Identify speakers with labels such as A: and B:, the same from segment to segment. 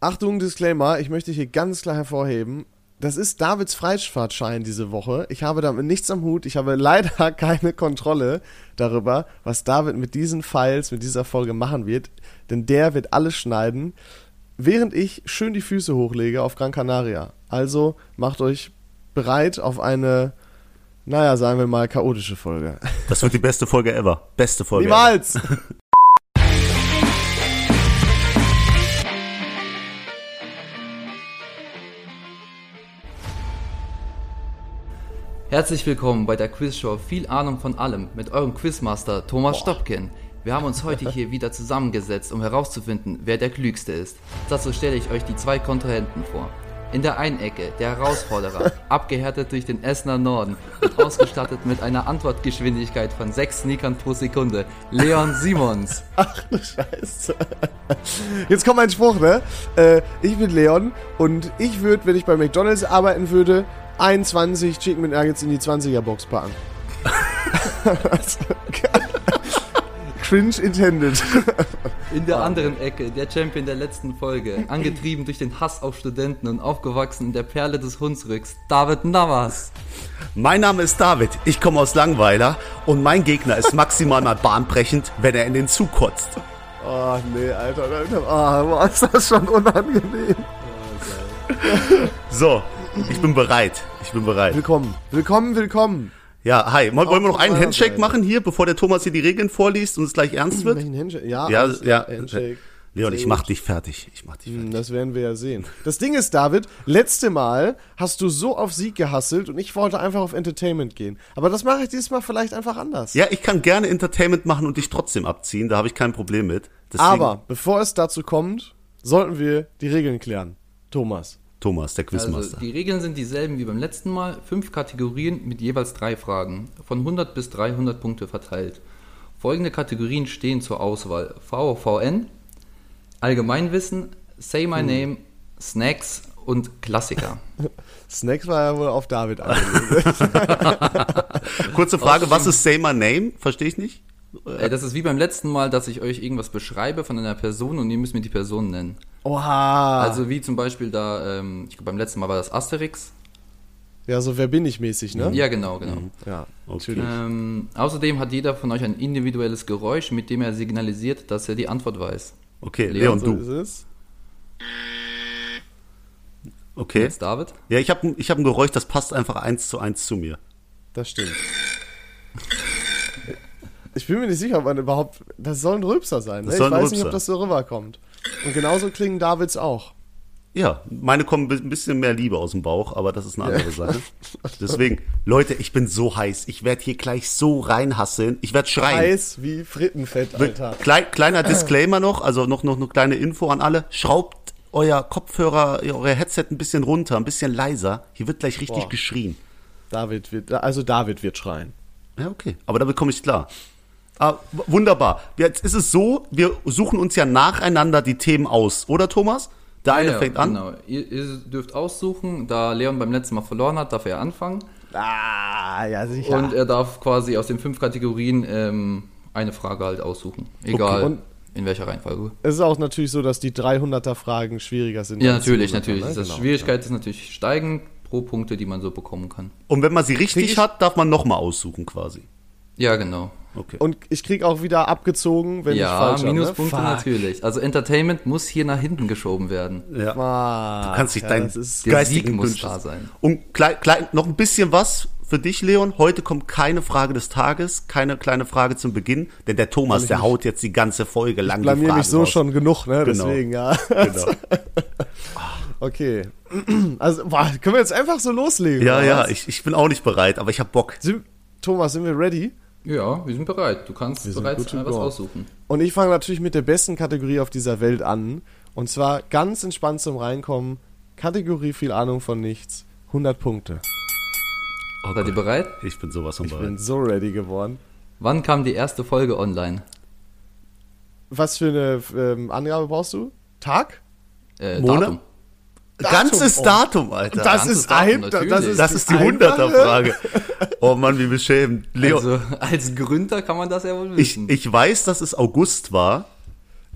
A: Achtung, Disclaimer, ich möchte hier ganz klar hervorheben, das ist Davids Freifahrtschein diese Woche. Ich habe damit nichts am Hut. Ich habe leider keine Kontrolle darüber, was David mit diesen Files, mit dieser Folge machen wird. Denn der wird alles schneiden, während ich schön die Füße hochlege auf Gran Canaria. Also macht euch bereit auf eine, naja, sagen wir mal, chaotische Folge.
B: Das wird die beste Folge ever. Beste Folge.
A: Niemals!
C: Herzlich willkommen bei der Quizshow Viel Ahnung von allem mit eurem Quizmaster Thomas Stopkin. Wir haben uns heute hier wieder zusammengesetzt, um herauszufinden, wer der Klügste ist. Dazu stelle ich euch die zwei Kontrahenten vor. In der einen Ecke der Herausforderer, abgehärtet durch den Essener Norden und ausgestattet mit einer Antwortgeschwindigkeit von sechs Sneakern pro Sekunde, Leon Simons.
A: Ach du Scheiße. Jetzt kommt mein Spruch, ne? Äh, ich bin Leon und ich würde, wenn ich bei McDonalds arbeiten würde, 21 Chicken mit Nuggets in die 20er-Box packen. Cringe intended.
C: In der anderen Ecke der Champion der letzten Folge, angetrieben durch den Hass auf Studenten und aufgewachsen in der Perle des Hunsrücks, David Navas.
B: Mein Name ist David, ich komme aus Langweiler und mein Gegner ist maximal mal bahnbrechend, wenn er in den Zug kotzt.
A: Oh, nee, Alter. Alter. Oh, boah, ist das schon unangenehm.
B: So, ich bin bereit. Ich bin bereit.
A: Willkommen. Willkommen, willkommen.
B: Ja, hi. Wollen wollen wir noch einen
A: meiner
B: Handshake
A: Seite.
B: machen hier, bevor der Thomas hier die Regeln vorliest und es gleich ernst wird?
A: Welchen Handshake? Ja,
B: Ja,
A: alles-
B: ja.
A: Handshake.
B: Leon,
A: Sehr
B: ich
A: gut.
B: mach dich fertig. Ich mach dich fertig.
A: Hm, Das werden wir ja sehen. Das Ding ist, David, letzte Mal hast du so auf Sieg gehasselt und ich wollte einfach auf Entertainment gehen. Aber das mache ich dieses Mal vielleicht einfach anders.
B: Ja, ich kann gerne Entertainment machen und dich trotzdem abziehen, da habe ich kein Problem mit. Deswegen,
A: Aber bevor es dazu kommt, sollten wir die Regeln klären. Thomas.
B: Thomas, der
C: Also,
B: Quizmaster.
C: die Regeln sind dieselben wie beim letzten Mal. Fünf Kategorien mit jeweils drei Fragen, von 100 bis 300 Punkte verteilt. Folgende Kategorien stehen zur Auswahl: VVN, Allgemeinwissen, Say My Name, Snacks und Klassiker.
A: Snacks war ja wohl auf David angelegt.
B: Kurze Frage, was ist Say My Name? Verstehe ich nicht.
C: Äh, das ist wie beim letzten Mal, dass ich euch irgendwas beschreibe von einer Person und ihr müsst mir die Person nennen.
A: Oha.
C: Also, wie zum Beispiel da, ähm, ich glaube, beim letzten Mal war das Asterix.
A: ja, so wer bin ich mäßig, ne?
C: Ja, genau, genau.
A: Ja,
B: Okay.
A: natürlich.
C: Ähm, außerdem hat jeder von euch ein individuelles Geräusch, mit dem er signalisiert, dass er die Antwort weiß.
B: Okay, Leon,
C: Leon,
A: So
B: du.
A: ist es.
B: Okay.
C: Jetzt David?
B: Ja, ich habe ich hab ein Geräusch, das passt einfach eins zu eins zu mir.
A: Das stimmt. Ich bin mir nicht sicher, ob man überhaupt. Das soll ein Rülpser sein. Ne?
B: Das
A: Ich
B: soll ein
A: weiß nicht,
B: Rülpser.
A: ob das so rüberkommt. Und genauso klingen Davids auch.
B: Ja, meine kommen bi- ein bisschen mehr Liebe aus dem Bauch, aber das ist eine andere Sache. Deswegen, Leute, ich bin so heiß. Ich werde hier gleich so reinhasseln. Ich werde schreien.
A: Heiß wie Frittenfett, Alter.
B: Klein, kleiner Disclaimer noch, also noch, noch eine kleine Info an alle. Schraubt euer Kopfhörer, euer Headset ein bisschen runter, ein bisschen leiser. Hier wird gleich richtig
A: Boah.
B: geschrien.
A: David wird, also David wird schreien.
B: Ja, okay. Aber damit komme ich klar. Ah, w- wunderbar. Jetzt ist es so, wir suchen uns ja nacheinander die Themen aus, oder Thomas? Der eine
C: Ja,
B: fängt an.
C: Genau. Ihr, ihr dürft aussuchen, da Leon beim letzten Mal verloren hat, darf er anfangen.
A: Ah, ja, sicher.
C: Und er darf quasi aus den fünf Kategorien ähm, eine Frage halt aussuchen. Egal
A: und-
C: in welcher Reihenfolge.
A: es ist auch natürlich so, dass die 300er Fragen schwieriger sind.
C: Ja,
A: als die
C: natürlich,
A: 100er,
C: natürlich.
A: ne?
C: Das
A: Genau.
C: Schwierigkeit ist natürlich steigend pro Punkte, die man so bekommen kann.
B: Und wenn man sie
A: Krieg
B: richtig
A: ich-
B: hat, darf man nochmal aussuchen quasi.
C: Ja, genau.
B: Okay.
A: Und ich krieg auch wieder abgezogen, wenn
C: Ja,
A: ich falsch
C: Minuspunkte
A: hab, ne? Fuck.
C: natürlich. Also Entertainment muss hier nach hinten geschoben werden.
B: ja. Du
A: Ah,
B: kannst dich
A: ja,
B: dein
A: das ist-
C: der
B: geistigen
C: Sieg muss
B: Wünsches-
C: da sein.
B: Und klein, klein, noch ein bisschen was für dich, Leon. Heute kommt keine Frage des Tages, keine kleine Frage zum Beginn, denn der Thomas, der haut jetzt die ganze Folge lang die
A: blamier
B: Fragen
A: mich so
B: raus.
A: schon genug, ne?
B: Genau.
A: Deswegen, ja.
B: Genau.
A: Okay. Also, boah, können wir jetzt einfach so loslegen?
B: Ja,
A: oder
B: ja,
A: was?
B: ich, ich bin auch nicht bereit, aber ich hab Bock.
A: Sind, Thomas, sind wir ready?
C: Ja, wir sind bereit. Du kannst
A: sind gut
C: bereits
A: to
C: was
A: go.
C: aussuchen.
A: Und ich fange natürlich mit der besten Kategorie auf dieser Welt an. Und zwar ganz entspannt zum Reinkommen. Kategorie viel Ahnung von nichts. 100 Punkte.
B: Oh
C: Seid ihr
B: Gott,
C: bereit?
B: ich bin sowas von
A: Ich bin
B: bereit.
A: so ready geworden.
C: Wann kam die erste Folge online?
A: Was für eine ähm, Angabe brauchst du? Tag?
C: Äh,
B: Monat?
C: Datum.
B: Ganzes
A: oh.
B: Datum, Alter.
A: Das
C: ganzes
A: ist,
C: Datum,
A: ein,
C: natürlich.
A: das ist
B: Das ist die
A: einfache-
B: Hunderterfrage. Oh Mann, wie beschämend. Leon,
C: Also als Gründer kann man das ja wohl
B: ich,
A: hm.
C: wissen.
B: ich weiß, dass es August war,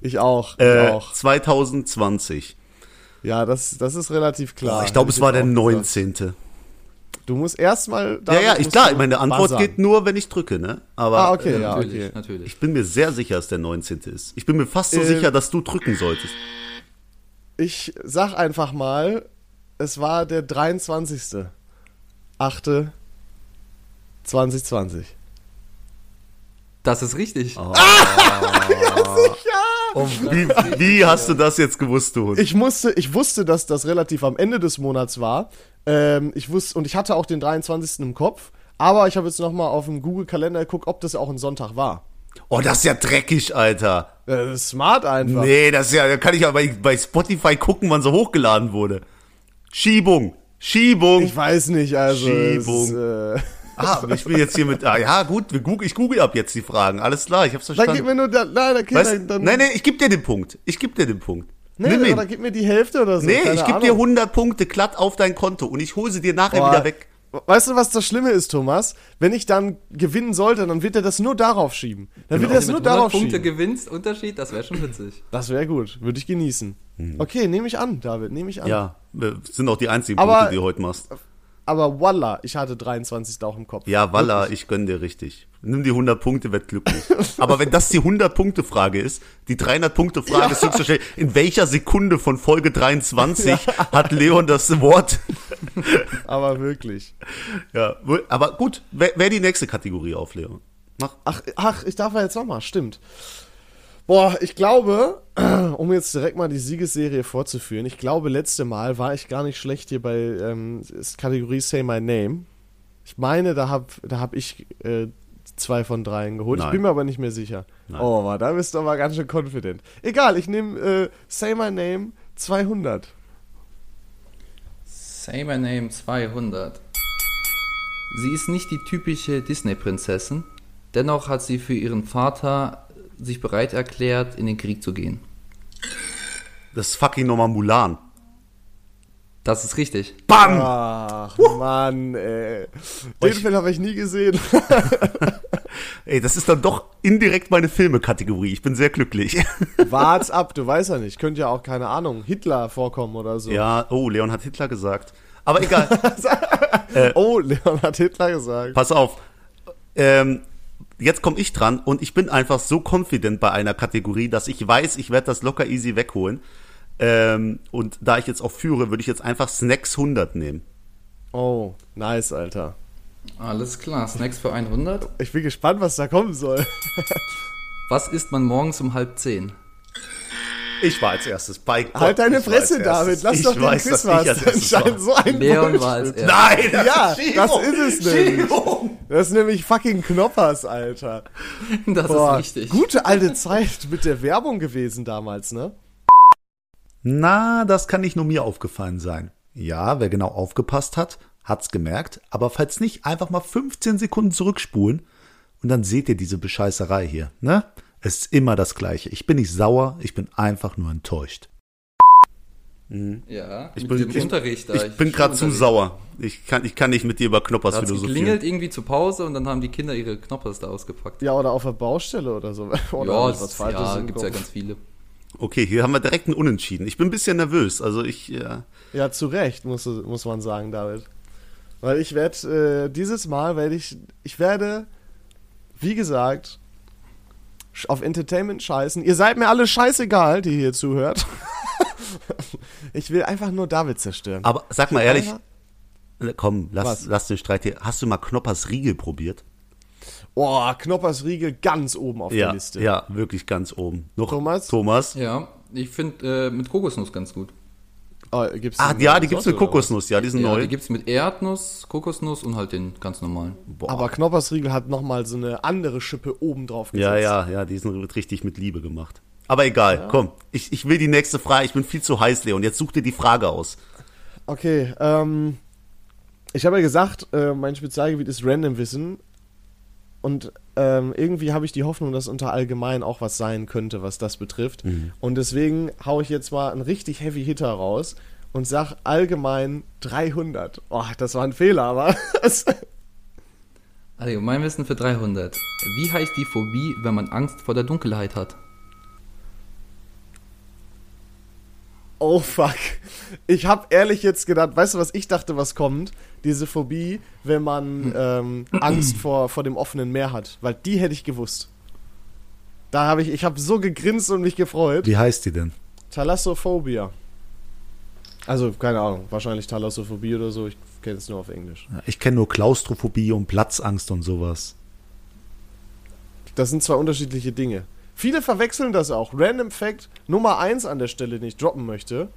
A: Ich auch. Ich
B: äh,
A: auch.
B: 2020.
A: Ja, das, das ist relativ klar.
B: Oh, ich glaube, es war der
A: Hätte ich auch gesagt.
B: 19.
A: Du musst erstmal
B: Ja, ja, ich, klar, meine Antwort geht nur, wenn ich drücke, ne? Aber
A: Ah, okay, ja,
C: natürlich,
A: okay.
C: natürlich.
B: ich bin mir sehr sicher, dass der 19. ist. Ich bin mir fast so
A: Äh,
B: sicher, dass du drücken solltest.
A: Ich sag einfach mal, es war der 23. 8. 2020.
C: Das ist richtig.
B: Wie, wie hast du das jetzt gewusst, du Hund?
A: Oh Ich musste, ich wusste, dass das relativ am Ende des Monats war. Ähm, ich wusste, und ich hatte auch den 23. im Kopf, aber ich habe jetzt nochmal auf dem Google-Kalender geguckt, ob das auch ein Sonntag war.
B: Oh, das ist ja dreckig, Alter.
A: Äh, smart einfach.
B: Nee, das ist ja, da kann ich ja bei, bei Spotify gucken, wann so hochgeladen wurde. Schiebung, Schiebung.
A: Ich weiß nicht, also. es,
B: Schiebung.
A: äh,
B: ah, ich bin jetzt hier mit, ah, ja, gut, wir googeln- ich google ab jetzt die Fragen. Alles klar, ich hab's
A: dann gib
B: verstanden.
A: mir nur, da, nein, dann,
B: weißt,
A: dann, dann,
B: nein, nein, ich geb dir den Punkt. Ich geb dir den Punkt.
A: nee,
B: Nimm ihn.
A: dann gib mir die Hälfte oder so.
B: Nee,
A: keine
B: ich geb dir
A: Ahnung.
B: 100 Punkte glatt auf dein Konto und ich hole sie dir nachher
A: Boah.
B: wieder weg.
A: Weißt du, was das Schlimme ist, Thomas? Wenn ich dann gewinnen sollte, dann wird er das nur darauf schieben. Dann wird er das
C: Wenn
A: nur
C: du mit 100
A: darauf
C: Punkte
A: schieben.
C: gewinnst, Unterschied, das wäre schon witzig.
A: Das wäre gut, würde ich genießen. Okay, nehme ich an, David, nehme ich an.
B: Ja, wir sind auch die einzigen
A: Aber-
B: Punkte, die du heute machst.
A: Aber Walla, ich hatte 23 auch im Kopf.
B: Ja, Walla, ich gönn dir richtig. Nimm die 100 Punkte, werd glücklich. Aber wenn das die 100-Punkte-Frage ist, die 300-Punkte-Frage ist höchstwahrscheinlich, in welcher Sekunde von Folge 23 hat Leon das Wort?
A: Aber wirklich.
B: Ja, wohl- aber gut, wer, wer die nächste Kategorie auf, Leon? Mach.
A: Ach, ach ich darf ja jetzt nochmal, stimmt. Boah, ich glaube, um jetzt direkt mal die Siegesserie vorzuführen, ich glaube, letzte Mal war ich gar nicht schlecht hier bei ähm, Kategorie Say My Name. Ich meine, da hab, da hab ich äh, zwei von dreien geholt.
B: Nein.
A: Ich bin mir aber nicht mehr sicher. Oh, aber da bist du aber ganz schön confident. Egal, ich nehme äh, Say My Name 200.
C: Say My Name 200. Sie ist nicht die typische Disney-Prinzessin, dennoch hat sie für ihren Vater sich bereit erklärt, in den Krieg zu gehen.
B: Das ist fucking nochmal Mulan.
C: Das ist richtig.
B: Bam!
A: Ach, Mann, ey. Den
B: Ich-
A: Film habe ich nie gesehen.
B: Ey, das ist dann doch indirekt meine Filme-Kategorie. Ich bin sehr glücklich.
A: Wart's ab, du weißt ja nicht. Könnte ja auch, keine Ahnung, Hitler vorkommen oder so.
B: ja, oh, Leon hat Hitler gesagt. Aber egal.
A: Oh, Leon hat Hitler gesagt.
B: Pass auf. Ähm, jetzt komme ich dran und ich bin einfach so confident bei einer Kategorie, dass ich weiß, ich werde das locker easy wegholen. Ähm, und da ich jetzt auch führe, würde ich jetzt einfach Snacks 100 nehmen.
A: Oh, nice, Alter.
C: Alles klar, Snacks für 100.
A: Ich bin gespannt, was da kommen soll.
C: Was isst man morgens um halb zehn?
B: Ich war als erstes bei Gott,
A: halt deine
B: ich war als
A: Fresse, David.
B: erstes.
A: Lass
B: Ich
A: doch den
B: weiß,
A: Quiz
B: dass ich
A: was.
B: als erstes
A: Scheint
B: war.
A: so ein
C: Leon war als
A: Bullshit.
C: erster.
B: Nein, das
A: Ja,
B: ist Schiebung.
A: das ist es nämlich.
B: Schiebung.
A: Das ist nämlich fucking Knoppers, Alter.
C: Das
A: Boah,
C: ist richtig.
A: gute alte Zeit mit der Werbung gewesen damals, ne?
B: Na, das kann nicht nur mir aufgefallen sein. Ja, wer genau aufgepasst hat, hat's gemerkt, aber falls nicht, einfach mal 15 Sekunden zurückspulen und dann seht ihr diese Bescheißerei hier, ne? Es ist immer das gleiche. Ich bin nicht sauer, ich bin einfach nur enttäuscht.
C: Ja, mit dem Unterricht da.
B: Ich, bin gerade zu
C: Schulunterricht.
B: sauer. Ich kann, ich kann nicht mit dir über
C: Da hat's
B: Knoppersphilosophie.
C: geklingelt irgendwie zur Pause und dann haben die Kinder ihre Knoppers da ausgepackt.
A: Ja, oder auf der Baustelle oder so. Oder
C: ja,
A: hab ich
C: das,
A: Falsches
C: ja
A: im
C: gibt's ja
A: Kopf?
C: ganz viele.
B: Okay, hier haben wir direkt ein Unentschieden. Ich bin ein bisschen nervös. Also ich, ja.
A: Ja, zu Recht, muss, muss man sagen, David. Weil ich werde, äh, dieses Mal werde ich, ich werde, wie gesagt, sch- auf Entertainment scheißen. Ihr seid mir alle scheißegal, die hier zuhört. ich will einfach nur David zerstören.
B: Aber sag mal ehrlich,
A: Einer-
B: komm, lass,
A: Was?
B: lass den Streit hier. Hast du mal Knoppers Riegel probiert?
A: Boah, Oh, Knoppers Riegel ganz oben auf
B: Ja,
A: der Liste.
B: ja, wirklich ganz oben. Noch
A: Thomas?
B: Thomas.
C: Ja, ich finde äh, mit Kokosnuss ganz gut.
A: Oh, gibt's
B: Ah,
A: eine
B: ja,
A: neue
B: die gibt's
A: Sorte
B: mit
A: oder was?
B: Kokosnuss, ja, die sind
C: Ja,
B: neu.
C: die gibt's mit Erdnuss, Kokosnuss und halt den ganz normalen.
B: Boah.
A: Aber Knoppers Riegel hat nochmal so eine andere Schippe oben drauf gesetzt.
B: ja, ja, ja, die sind richtig mit Liebe gemacht. Aber egal, komm, ich, ich will die nächste Frage, ich bin viel zu heiß, Leon. Jetzt such dir die Frage aus.
A: Okay, ähm, ich habe ja gesagt, äh, mein Spezialgebiet ist Random Wissen. Und ähm, irgendwie habe ich die Hoffnung, dass unter allgemein auch was sein könnte, was das betrifft. Und deswegen haue ich jetzt mal einen richtig Heavy Hitter raus und sag allgemein 300. Oh, das war ein Fehler, aber es-
C: Allgemeinwissen Also, für 300. Wie heißt die Phobie, wenn man Angst vor der Dunkelheit hat?
A: Oh fuck. Ich habe ehrlich jetzt gedacht, weißt du, was ich dachte, was kommt? Diese Phobie, wenn man ähm, Angst vor, vor dem offenen Meer hat. Weil die hätte ich gewusst. Da habe ich, ich habe so gegrinst und mich gefreut.
B: Wie heißt die denn?
A: Thalassophobia. Also, keine Ahnung, wahrscheinlich Thalassophobie oder so. Ich kenne es nur auf Englisch.
B: Ich kenne nur Klaustrophobie und Platzangst und sowas.
A: Das sind zwei unterschiedliche Dinge. Viele verwechseln das auch. Random Fact Nummer 1 an der Stelle, den ich droppen möchte.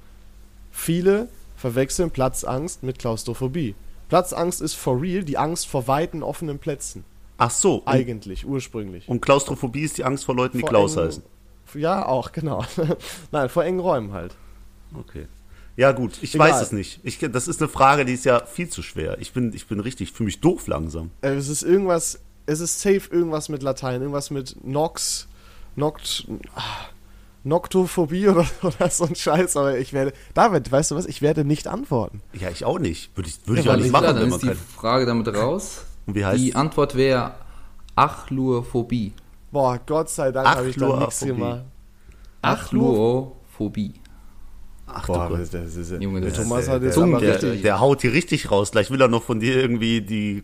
A: Viele verwechseln Platzangst mit Klaustrophobie. Platzangst ist for real die Angst vor weiten, offenen Plätzen.
B: Ach so. Und,
A: Eigentlich, ursprünglich.
B: und Klaustrophobie ist die Angst vor Leuten, Hm. Um die
A: Vor
B: Klaus
A: engen-
B: heißen.
A: Ja, auch, genau. Nein, vor engen Räumen halt.
B: Okay. Ja, gut, ich
A: Egal.
B: weiß es nicht. Ich, das ist eine Frage, die ist ja viel zu schwer. Ich bin, ich bin richtig, für mich doof langsam.
A: Äh, Es ist irgendwas, es ist safe irgendwas mit Latein, irgendwas mit Nox, Noct, ah, Noctophobie oder, oder so ein Scheiß, aber ich werde, David, weißt du was, ich werde nicht antworten.
B: Ja, ich auch nicht. Würde ich, würde ich
A: Ja,
B: auch
A: alles
B: nicht
C: klar,
B: machen,
C: dann
B: wenn man
C: ist die
B: kann.
C: Frage damit raus.
B: Und wie heißt
C: Die
B: es?
C: Antwort wäre Achluophobie.
A: Boah, Gott sei Dank habe ich da nichts
B: Achluophobie.
A: gemacht.
C: Achluophobie.
B: Ach
A: Boah,
B: du Gott.
A: das das ist,
C: Junge,
A: der
C: das ist,
A: Thomas
B: äh,
A: hat jetzt
C: der-
A: aber
C: der-
A: richtig.
B: Der, der haut hier richtig raus. Gleich will er noch von dir irgendwie die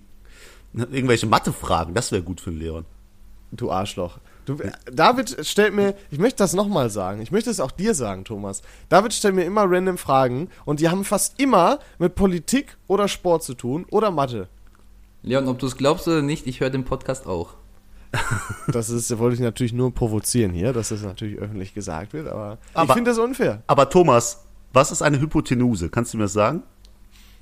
B: irgendwelche Mathe-Fragen. Das wäre gut für den Leon.
A: Du Arschloch. Du, äh, David stellt mir, ich möchte das nochmal sagen, ich möchte es auch dir sagen, Thomas. David stellt mir immer random Fragen und die haben fast immer mit Politik oder Sport zu tun oder Mathe.
C: Leon, ob du es glaubst oder nicht, ich höre den Podcast auch.
A: Das ist, wollte ich natürlich nur provozieren hier, dass das natürlich öffentlich gesagt wird, aber, ich
B: Aber-
A: finde das unfair.
B: Aber Thomas, was ist eine Hypotenuse? Kannst du mir das sagen?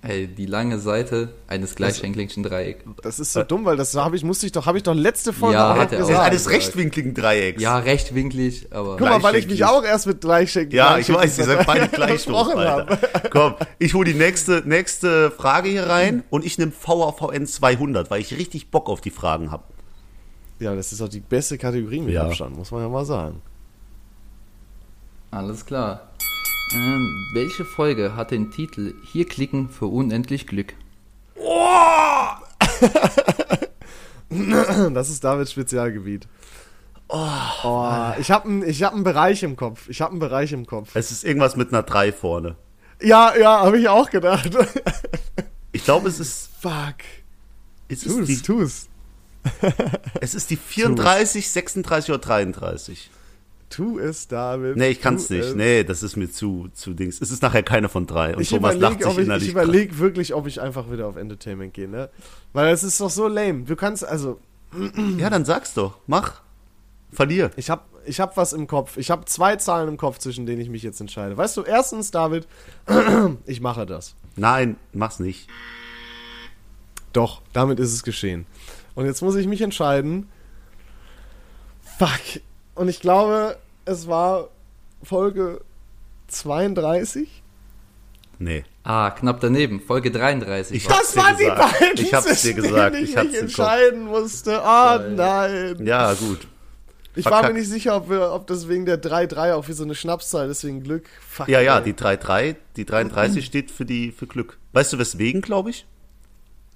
C: Ey, die lange Seite eines gleischenkligen Dreiecks.
A: Das ist
B: Äh.
A: so dumm, weil das habe ich, musste ich doch, habe ich doch letzte Folge
C: Ja,
A: auch
C: hat
A: noch
C: er auch.
A: gesagt.
C: Ja,
B: Eines rechtwinkligen Dreiecks.
C: Ja, rechtwinklig, aber.
B: Äh,
A: Guck mal, weil ich mich
B: gleichschenklig.
A: auch erst mit Gleichschenken
B: Ja, ich weiß, ihr seid beide gleich doof,
A: gesprochen habe.
B: Alter. Komm, ich hole die nächste, nächste Frage hier rein und ich nehme VAVN 200, weil ich richtig Bock auf die Fragen habe.
A: Ja, das ist doch die beste Kategorie mit
B: Ja.
A: Abstand, muss man ja mal sagen.
C: Alles klar. Ähm, welche Folge hat den Titel Hier klicken für unendlich Glück?
A: Das ist Davids Spezialgebiet. Oh, ich habe einen ich hab einen Bereich im Kopf. Ich habe einen Bereich im Kopf.
B: Es ist irgendwas mit einer 3 vorne.
A: Ja, ja, habe ich auch gedacht.
B: Ich glaube, es ist,
A: Fuck.
B: es ist,
A: Tu's,
B: die,
A: tu's.
B: es ist die 34, 36 oder 33.
A: Tu es, David.
B: Nee, ich kann's
A: Tu
B: nicht.
A: es.
B: Nee, das ist mir zu, zu Dings. Es ist nachher keine von drei. Und
A: ähm, Ich
B: Thomas lacht
A: überlege
B: sich
A: ich, ich
B: innerlich.
A: überleg wirklich, ob ich einfach wieder auf Entertainment gehe, ne? Weil es ist doch so lame. Du kannst, also,
B: ja, dann sag's doch. Mach. Verlier.
A: Ich habe ich hab was im Kopf. Ich habe zwei Zahlen im Kopf, zwischen denen ich mich jetzt entscheide. Weißt du, erstens, David, ich mache das.
B: Nein, mach's nicht.
A: Doch, damit ist es geschehen. Und jetzt muss ich mich entscheiden. Fuck. Und ich glaube, es war Folge 32.
B: Nee.
C: Ah, knapp daneben, Folge 33.
B: Ich-
C: war-
B: hab's dir gesagt. Ich hab's dir
A: zwischen
B: gesagt.
A: denen ich
B: Ich hab's
A: mich
B: im Kopf.
A: entscheiden musste. Ah, nein.
B: Ja, gut.
A: Ich war mir
B: verkackt.
A: nicht sicher, ob, wir, ob das wegen der 3-3 auch wie so eine Schnapszahl, deswegen Glück. Fuck,
B: Ja, ja,
A: ey.
B: die 3-3, die 33 steht für die für Glück. Weißt du weswegen, glaube ich?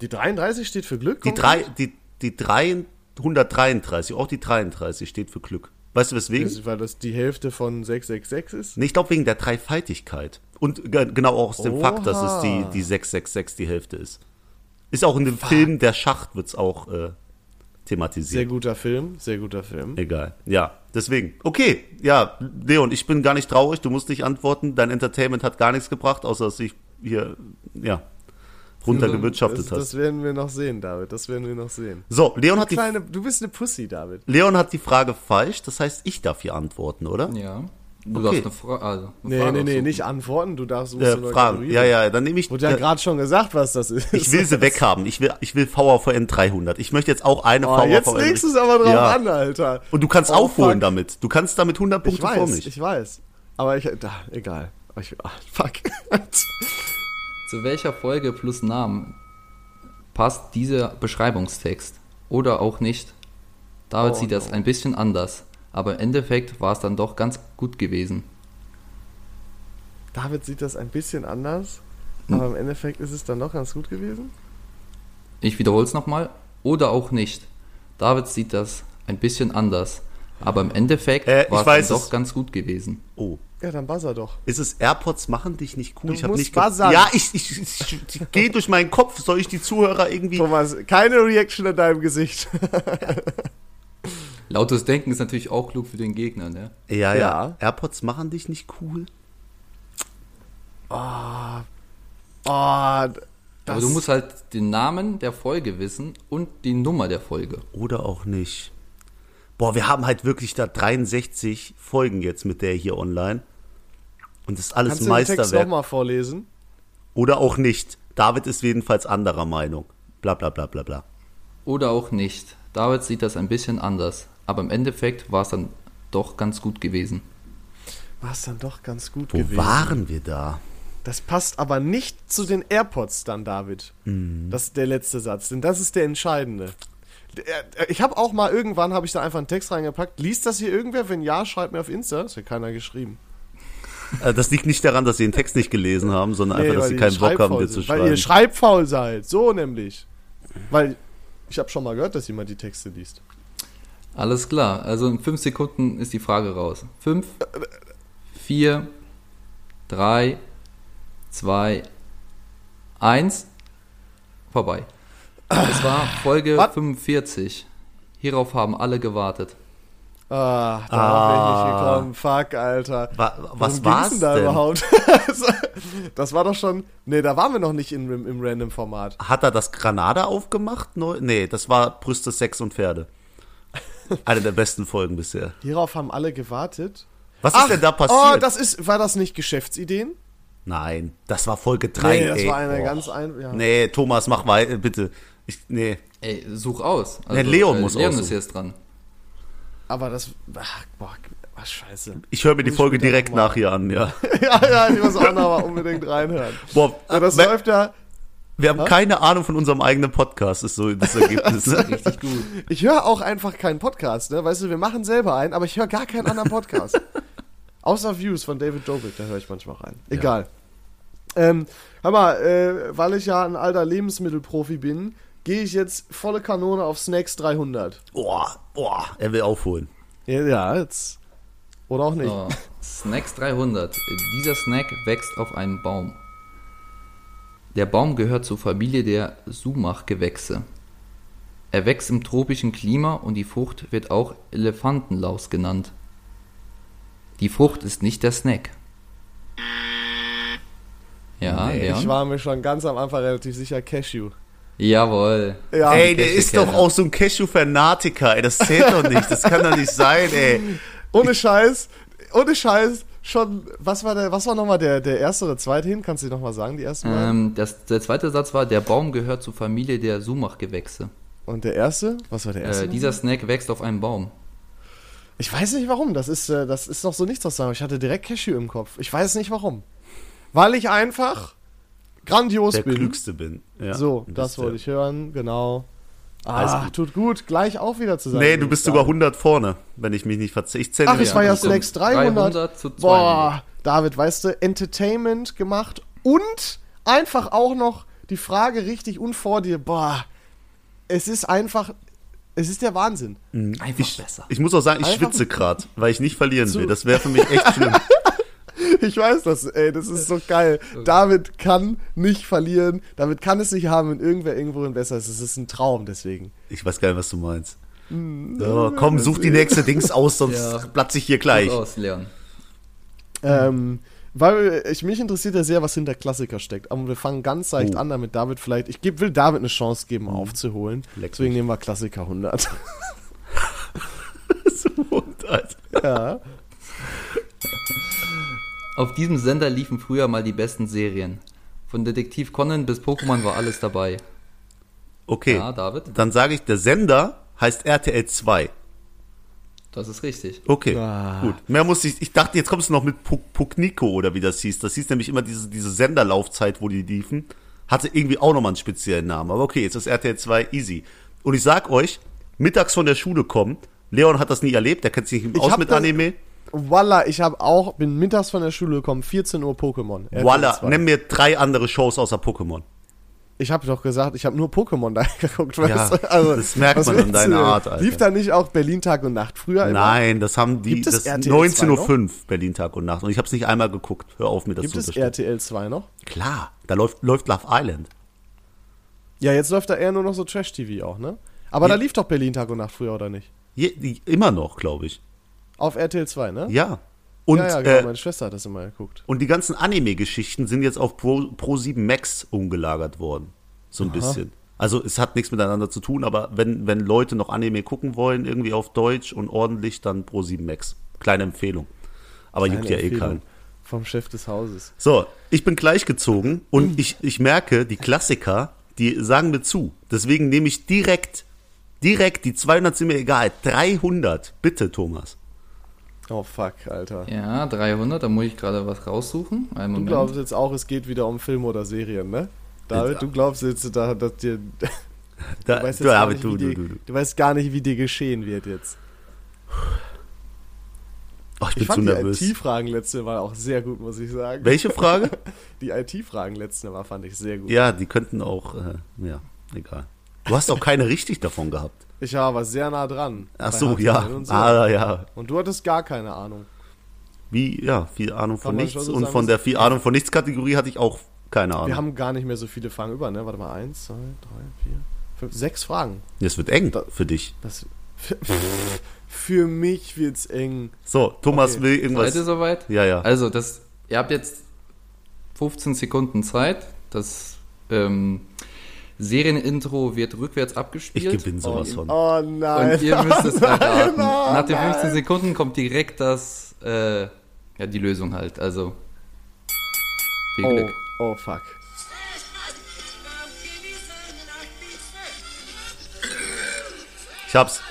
A: die 33 steht für Glück.
B: Die
A: kommt
B: drei, die, die 3, 133, auch die 33 steht für Glück. Weißt du weswegen?
A: Das, Also, weil das die Hälfte von 666 ist?
B: Nee, ich glaube wegen der Dreifaltigkeit. Und ge- genau auch aus dem
A: Oha.
B: Fakt, dass es die, die 666 die Hälfte ist. Ist auch in dem Film Der Schacht wird's auch äh,
A: Sehr
B: thematisiert.
A: guter Film, sehr guter Film.
B: Egal. Ja, deswegen. Okay, ja, Leon, ich bin gar nicht traurig, du musst nicht antworten. Dein Entertainment hat gar nichts gebracht, außer dass ich hier, ja, runtergewirtschaftet
A: Das,
B: hast.
A: das werden wir noch sehen, David. Das werden wir noch sehen.
B: So, Leon hat, die,
A: Kleine, du bist eine Pussy, David.
B: Leon hat die Frage falsch, das heißt, ich darf hier antworten, oder?
C: ja. Du
B: Okay.
C: hast eine, Fra also, eine
A: Nee,
C: Frage.
A: nee, nee,
C: aussuchen.
A: nicht antworten. Du darfst musst
B: Äh,
A: du neu
B: Fragen.
A: Kategorie
B: Ja,
A: wählen.
B: ja, dann nehme ich.
A: Wurde ja
B: äh,
A: gerade schon gesagt, was das ist.
B: ich will sie weghaben. Ich will, ich will VVN 300. Ich möchte jetzt auch eine
A: Oh,
B: VVN.
A: jetzt legst du es aber drauf
B: Ja.
A: an, Alter.
B: Und du kannst
A: Oh,
B: aufholen
A: fuck.
B: damit. Du kannst damit 100
A: Ich
B: Punkte vor
A: weiß,
B: mich.
A: ich weiß. Aber ich, da, egal. Ich, ah, fuck.
C: Zu welcher Folge plus Namen passt dieser Beschreibungstext? Oder auch nicht? David
A: Oh,
C: sieht das ein bisschen anders. Aber im Endeffekt war es dann doch ganz gut gewesen.
A: David sieht das ein bisschen anders.
B: Hm.
A: Aber im Endeffekt ist es dann doch ganz gut gewesen.
C: Ich wiederhole es nochmal. Oder auch nicht. David sieht das ein bisschen anders. Aber im Endeffekt
B: Äh, ich
C: war es
B: weiß
C: dann doch
B: es.
C: ganz gut gewesen.
B: oh.
A: Ja, dann buzzer doch.
B: Ist es AirPods machen dich nicht cool?
A: Du
B: ich habe
A: musst
B: nicht ge-
A: buzzern.
B: Ja, ich, ich, ich, ich gehe durch meinen Kopf. Soll ich die Zuhörer irgendwie.
A: Thomas, keine Reaction in deinem Gesicht.
C: Lautes Denken ist natürlich auch klug für den Gegner, ne?
B: Ja, ja,
A: Ja.
B: AirPods machen dich nicht cool.
A: Oh,
C: Aber du musst halt den Namen der Folge wissen und die Nummer der Folge.
B: Oder auch nicht. Boah, wir haben halt wirklich da 63 Folgen jetzt mit der hier online. Und das ist alles
A: kannst du den Text
B: Meisterwerk.
A: nochmal vorlesen?
B: Oder auch nicht. David ist jedenfalls anderer Meinung. Bla bla bla bla bla.
C: Oder auch nicht. David sieht das ein bisschen anders. Aber im Endeffekt war es dann doch ganz gut gewesen.
A: War es dann doch ganz gut
B: Wo
A: gewesen.
B: waren wir da?
A: Das passt aber nicht zu den AirPods dann, David.
B: Mhm.
A: Das ist der letzte Satz, denn das ist der entscheidende. Der- äh, Ich habe auch mal irgendwann, habe ich da einfach einen Text reingepackt. Liest das hier irgendwer? Wenn ja, schreibt mir auf Insta. Das hat keiner geschrieben.
B: Äh, Das liegt nicht daran, dass sie den Text nicht gelesen haben, sondern einfach, dass
A: weil
B: sie
A: die
B: keinen Bock haben,
A: schreibfaul
B: dir zu
A: sind. Weil ihr
B: schreiben.
A: schreibfaul seid. So nämlich. Weil ich habe schon mal gehört, dass jemand die Texte liest.
C: Alles klar. Also in fünf Sekunden ist die Frage raus. Fünf, vier, drei, zwei, eins. Vorbei. Es war Folge
A: Was?
C: 45. Hierauf haben alle gewartet.
A: Ah, darauf bin ich nicht
B: Ah.
A: gekommen. Fuck, Alter.
B: Wa- wa- was
A: Worum
B: war's
A: ging's denn da
B: denn?
A: überhaupt? das war doch schon. Nee, da waren wir noch nicht in, im, im Random-Format.
B: Hat er das Granada aufgemacht? Neu- Nee, das war Brüste, Sex und Pferde. Eine der besten Folgen bisher.
A: Hierauf haben alle gewartet.
B: Was ist denn da
A: Oh,
B: passiert?
A: das ist. War das nicht Geschäftsideen?
B: Nein, das war Folge 3.
A: Nee, das
B: ey.
A: war eine
B: Boah.
A: ganz ein. Ja.
B: Nee, Thomas, mach weiter, bitte. Ich, nee.
C: Ey, such aus. Also,
B: Ja, Leon muss
C: Leon ist
B: aussuchen.
C: jetzt dran.
A: Aber das. Ach, boah, was scheiße.
B: Ich höre mir die
A: Muss ich
B: Folge
A: bitte
B: direkt
A: noch mal-
B: nach hier an, ja.
A: ja, ja, ich muss auch nochmal unbedingt reinhören.
B: Boah,
A: Ja, das
B: wir,
A: läuft ja.
B: wir haben keine Ahnung von unserem eigenen Podcast, ist so das Ergebnis. ne?
C: Richtig gut.
A: Ich höre auch einfach keinen Podcast, ne? Weißt du, wir machen selber einen, aber ich höre gar keinen anderen Podcast. Außer Views von David Dobrik, da höre ich manchmal rein. Egal. Ähm, hör mal, äh, weil ich ja ein alter Lebensmittelprofi bin, gehe ich jetzt volle Kanone auf Snacks 300.
B: Boah, boah, er will aufholen.
A: Ja, ja jetzt. Oder auch nicht.
C: So, Snacks 300. Dieser Snack wächst auf einem Baum. Der Baum gehört zur Familie der Sumachgewächse. Er wächst im tropischen Klima und die Frucht wird auch Elefantenlaus genannt. Die Frucht ist nicht der Snack. Ja,
B: Nee,
A: Ich
C: Leon.
A: war mir schon ganz am Anfang relativ sicher, Cashew.
C: Jawohl.
A: Ja,
B: ey,
C: die
B: der ist doch
C: Cashew-Kerne.
B: auch so ein Cashew-Fanatiker, ey, das zählt doch nicht, das kann doch nicht sein, ey.
A: ohne Scheiß, ohne Scheiß, schon, was war der, was war nochmal der, der erste oder zweite hin? Kannst du dir nochmal sagen, die ersten beiden?
C: Ähm, das, der zweite Satz war, der Baum gehört zur Familie der Sumachgewächse.
A: Und der erste? Was war der erste?
C: Äh, dieser Snack wächst auf einem Baum.
A: Ich weiß nicht warum. Das ist, äh, das ist noch so nichts aus sagen. Ich hatte direkt Cashew im Kopf. Ich weiß nicht warum. Weil ich einfach grandios
B: Der
A: bin.
B: Klügste bin. Ja,
A: so,
B: bist
A: das
B: du.
A: wollte ich hören, genau.
B: Alles
A: Ah, tut gut, gleich auch wieder zu sein.
B: Nee, du bist sogar 100 vorne, wenn ich mich nicht verzähle. Ich zähle
A: Ach,
B: nicht
A: es war
B: an.
A: ja
C: ich komm.
A: Snacks 300.
C: 300 zu
A: Boah, David, weißt du, Entertainment gemacht und einfach auch noch die Frage richtig und vor dir. Boah, es ist einfach, es ist der Wahnsinn.
B: Hm.
C: Einfach
B: ich,
C: besser.
B: ich muss auch sagen, ich
A: Einfach-
B: schwitze gerade, weil ich nicht verlieren will. Das wäre für mich echt schlimm.
A: Ich weiß das, ey, das ist so geil. David kann nicht verlieren. David kann es nicht haben, wenn irgendwer irgendwohin besser ist. Es ist ein Traum, deswegen.
B: Ich weiß gar nicht, was du meinst.
A: Mm.
B: So, komm, such die nächste Dings aus, sonst
C: Ja.
B: platze ich hier gleich.
C: Gut aus, Leon.
B: Hm.
A: Ähm, weil ich, mich interessiert ja sehr, was hinter Klassiker steckt. Aber wir fangen ganz leicht
B: Oh. Hm.
A: an, damit David vielleicht. Ich geb, will David eine Chance geben, aufzuholen.
B: Leck
A: Deswegen
B: mich.
A: nehmen wir Klassiker 100.
B: So, und, Alter.
A: ja.
C: Auf diesem Sender liefen früher mal die besten Serien. Von Detektiv Conan bis Pokémon war alles dabei.
B: okay,
C: Ja, David,
B: dann sage ich, der Sender heißt RTL 2.
C: das ist richtig.
B: Okay,
A: Ah.
B: gut. Mehr muss ich, ich dachte, jetzt kommst du noch mit Puk- Pukniko oder wie das hieß. Das hieß nämlich immer diese, diese Senderlaufzeit, wo die liefen. Hatte irgendwie auch nochmal einen speziellen Namen. Aber okay, jetzt ist RTL 2 easy. Und ich sag euch, mittags von der Schule kommen. Leon hat das nie erlebt, der kennt sich nicht
A: Ich
B: aus
A: hab
B: mit
A: das-
B: Anime.
A: Voila, ich habe auch, bin mittags von der Schule gekommen, 14 Uhr Pokémon. RTL
B: Voila,
A: 2.
B: nenn mir drei andere Shows außer Pokémon.
A: ich habe doch gesagt, ich habe nur Pokémon da geguckt, Also,
B: Ja, das merkt
A: was
B: man an
A: willst
B: deiner
A: du denn?
B: Art, Alter.
A: Lief da nicht auch Berlin Tag und Nacht früher? immer?
B: Nein, das haben die
A: Gibt es
B: das
A: RTL
B: 19.05 Uhr Berlin Tag und Nacht. Und ich habe es nicht einmal geguckt. Hör auf, mir das
A: Gibt
B: zu
A: es
B: unterstellen.
A: RTL 2 noch?
B: Klar, da läuft, läuft Love Island.
A: Ja, jetzt läuft da eher nur noch so Trash-TV auch, ne? Aber da lief doch Berlin Tag und Nacht früher, oder nicht?
B: Je, die, immer noch, glaube ich.
A: Auf RTL 2, ne?
B: Ja. Und,
A: ja, ja, genau,
B: äh,
A: meine Schwester hat das immer geguckt.
B: und die ganzen Anime-Geschichten sind jetzt auf Pro, Pro 7 Max umgelagert worden. So ein bisschen. Also es hat nichts miteinander zu tun, aber wenn, wenn Leute noch Anime gucken wollen, irgendwie auf Deutsch und ordentlich, dann Pro 7 Max. Kleine Empfehlung. Aber
A: Eine
B: juckt ja eh
A: Empfehlung
B: keinen.
A: Vom Chef des Hauses.
B: So, ich bin gleichgezogen
A: Hm.
B: und ich, ich merke, die Klassiker, die sagen mir zu. Deswegen nehme ich direkt, direkt, die 200 sind mir egal, 300. Bitte, Thomas.
A: Oh fuck, Alter.
C: Ja, 300, da muss ich gerade was raussuchen. Einen
A: Du
C: Moment.
A: glaubst jetzt auch, es geht wieder um Filme oder Serien, ne? David, du glaubst jetzt, da, dass dir, du,
B: Da,
A: weißt
B: du,
A: jetzt gar
B: aber
A: nicht,
B: du,
A: wie
B: du,
A: dir,
B: du, du.
A: du weißt gar nicht, wie dir geschehen wird jetzt.
B: Oh, ich bin
A: Ich
B: zu
A: fand
B: nervös.
A: die IT-Fragen letzte Mal auch sehr gut, muss ich sagen.
B: Welche Frage?
A: Die IT-Fragen letzte Mal fand ich sehr gut.
B: ja, die könnten auch, äh, ja, egal. Du hast auch keine richtig davon gehabt.
A: Ich war aber sehr nah dran.
B: Ach
A: Bei
B: so,
A: Hardline
B: ja.
A: Und, so.
B: Ah, ja.
A: und du hattest gar keine Ahnung.
B: Wie, ja, viel Ahnung von
A: Kann man
B: nichts.
A: schon so
B: Und
A: sagen,
B: von
A: dass-
B: der viel Ahnung von nichts Kategorie hatte ich auch keine
A: Wir
B: Ahnung.
A: haben gar nicht mehr so viele Fragen über, ne? Warte mal, eins, zwei, drei, vier, fünf, sechs Fragen.
B: Es wird eng
A: Da-
B: für dich.
A: Das, für, für mich wird's eng.
B: So, Thomas
A: Okay.
B: will
C: Seid
B: irgendwas.
C: ihr soweit?
B: Ja, ja.
C: Also, das, ihr habt jetzt 15 Sekunden Zeit. Das ähm, Serienintro wird rückwärts
B: Ich
C: abgespielt.
B: gewinne sowas von.
A: Oh nein.
C: Und ihr müsst es erraten.
A: nein,
C: Nach den 15 Sekunden kommt direkt das, äh, ja, die Lösung halt. Also, viel
A: oh,
C: Glück.
A: oh fuck.
B: Ich hab's.